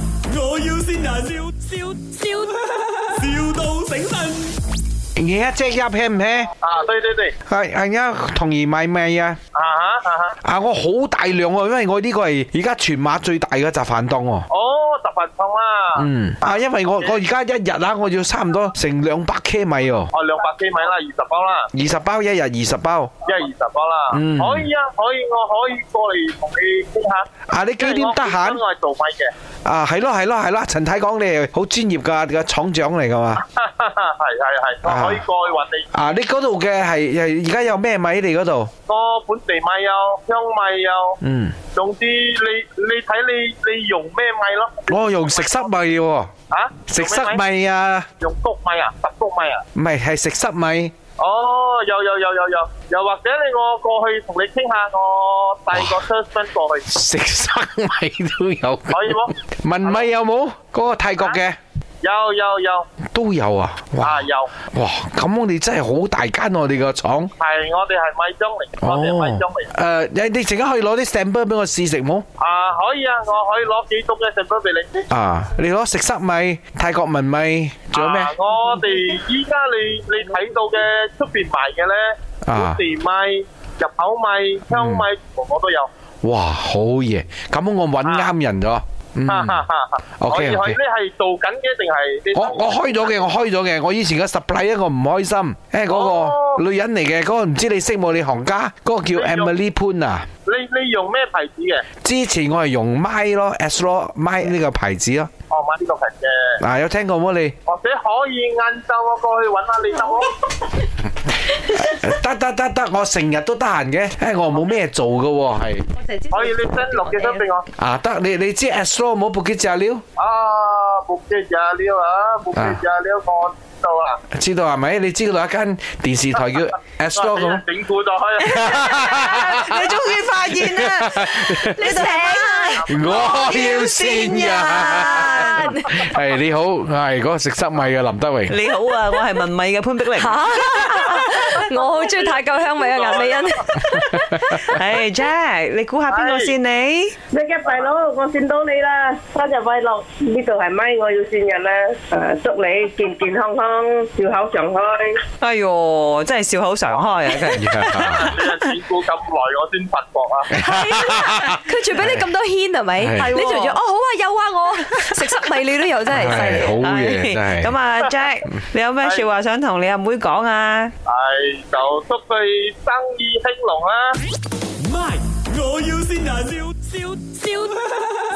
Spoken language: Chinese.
要先人，笑笑笑，,笑到醒神。你一隻入去唔去？啊，对對對，係係啊，同意買咪啊！啊哈啊哈，啊，我好大量啊，因為我呢個係而家全馬最大嘅雜飯檔喎。哦，十份餸啦，嗯，啊，因為我我而家一日啊，我要差唔多成兩百 K 米喎，哦，兩百幾米啦，二十包啦，二十包一日，二十包。一係二十包啦，嗯可以啊，可以，我可以過嚟同你傾下。啊，你幾點得因為我本身閒？我係做米嘅， 啊，係咯係咯係啦，陳太講你係好專業㗎，個廠長嚟㗎嘛。係係係，啊我可以過去揾你。啊，你嗰度嘅係係而家有咩米？你嗰度？我本地米有，香米有，嗯，總之你你睇你你用咩米咯？我用食濕米喎，啊，食濕用咩米，米啊，用谷米啊，十谷米啊。唔係係食濕米。哦，有有有有有，又或者你我過去同你傾下，我帶個 person 過去，食生米都有，可以冇？文米有冇？嗰、個泰國嘅有有有，都有啊！哇啊有，哇，咁我哋真係好大間我哋個廠。哦係我哋係米中嚟，我哋米中誒，嚟。你你陣間可以攞啲 sample 俾我試食冇？啊，可以啊，我可以攞幾種嘅食品俾你。啊，你攞食塞米、泰國文米，仲有咩啊？我哋依家你你睇到嘅出邊賣嘅咧，啊本地米、入口米、香 Ừ. 米，全部我都有。哇，好嘢！咁我揾啊啱人咗。嗯，哈哈哈！Ừ. OK，可以 OK 可以，你係做緊嘅定係？我我開咗嘅，我開咗嘅。我以前嘅 supply 一個唔開心，誒嗰哦個女人嚟嘅，嗰個唔知你識冇？你行家嗰個叫你用 Emily Pan 啊。你你用咩牌子嘅？之前我係用 My 咯，S 咯，My 呢個牌子咯。我買呢個牌子嘅。嗱、有聽過冇你？或者可以晏晝我過去揾下你得咯。得得得得，我成日都得閒嘅，誒我冇咩做嘅喎，係可以你 send 六嘅張俾我。啊得你你知 S 咯，冇部機炸料，啊，冇記住啊料啊，冇記住啊料，我知道啊。知道係咪？你知道有一間電視 台叫 S 咯俾人咁，整蠱咗哎開。你終於發現啦，你醒啦！我要先人。係你好，我係嗰個食濕米嘅林德榮。你好啊，我係文米嘅潘碧玲。我好中意泰國香味啊，顏美欣。唉，Jack，你估下邊個先你？一一大佬，我見到你啦，生日快樂！呢度係咪我要線人啦？誒，祝你健健康康，笑口常開。哎呦，真係笑口常開啊！真係俾人整蠱咁耐，我先發覺 啊。佢仲俾你咁多牽係咪？係你仲要哦好啊有啊我食塞米你都有真係犀 係利。好嘢，係真係。咁啊，Jack，你有咩説話想同你阿妹講啊？係就祝佢生意興隆啦。 My，我要先人，笑笑笑，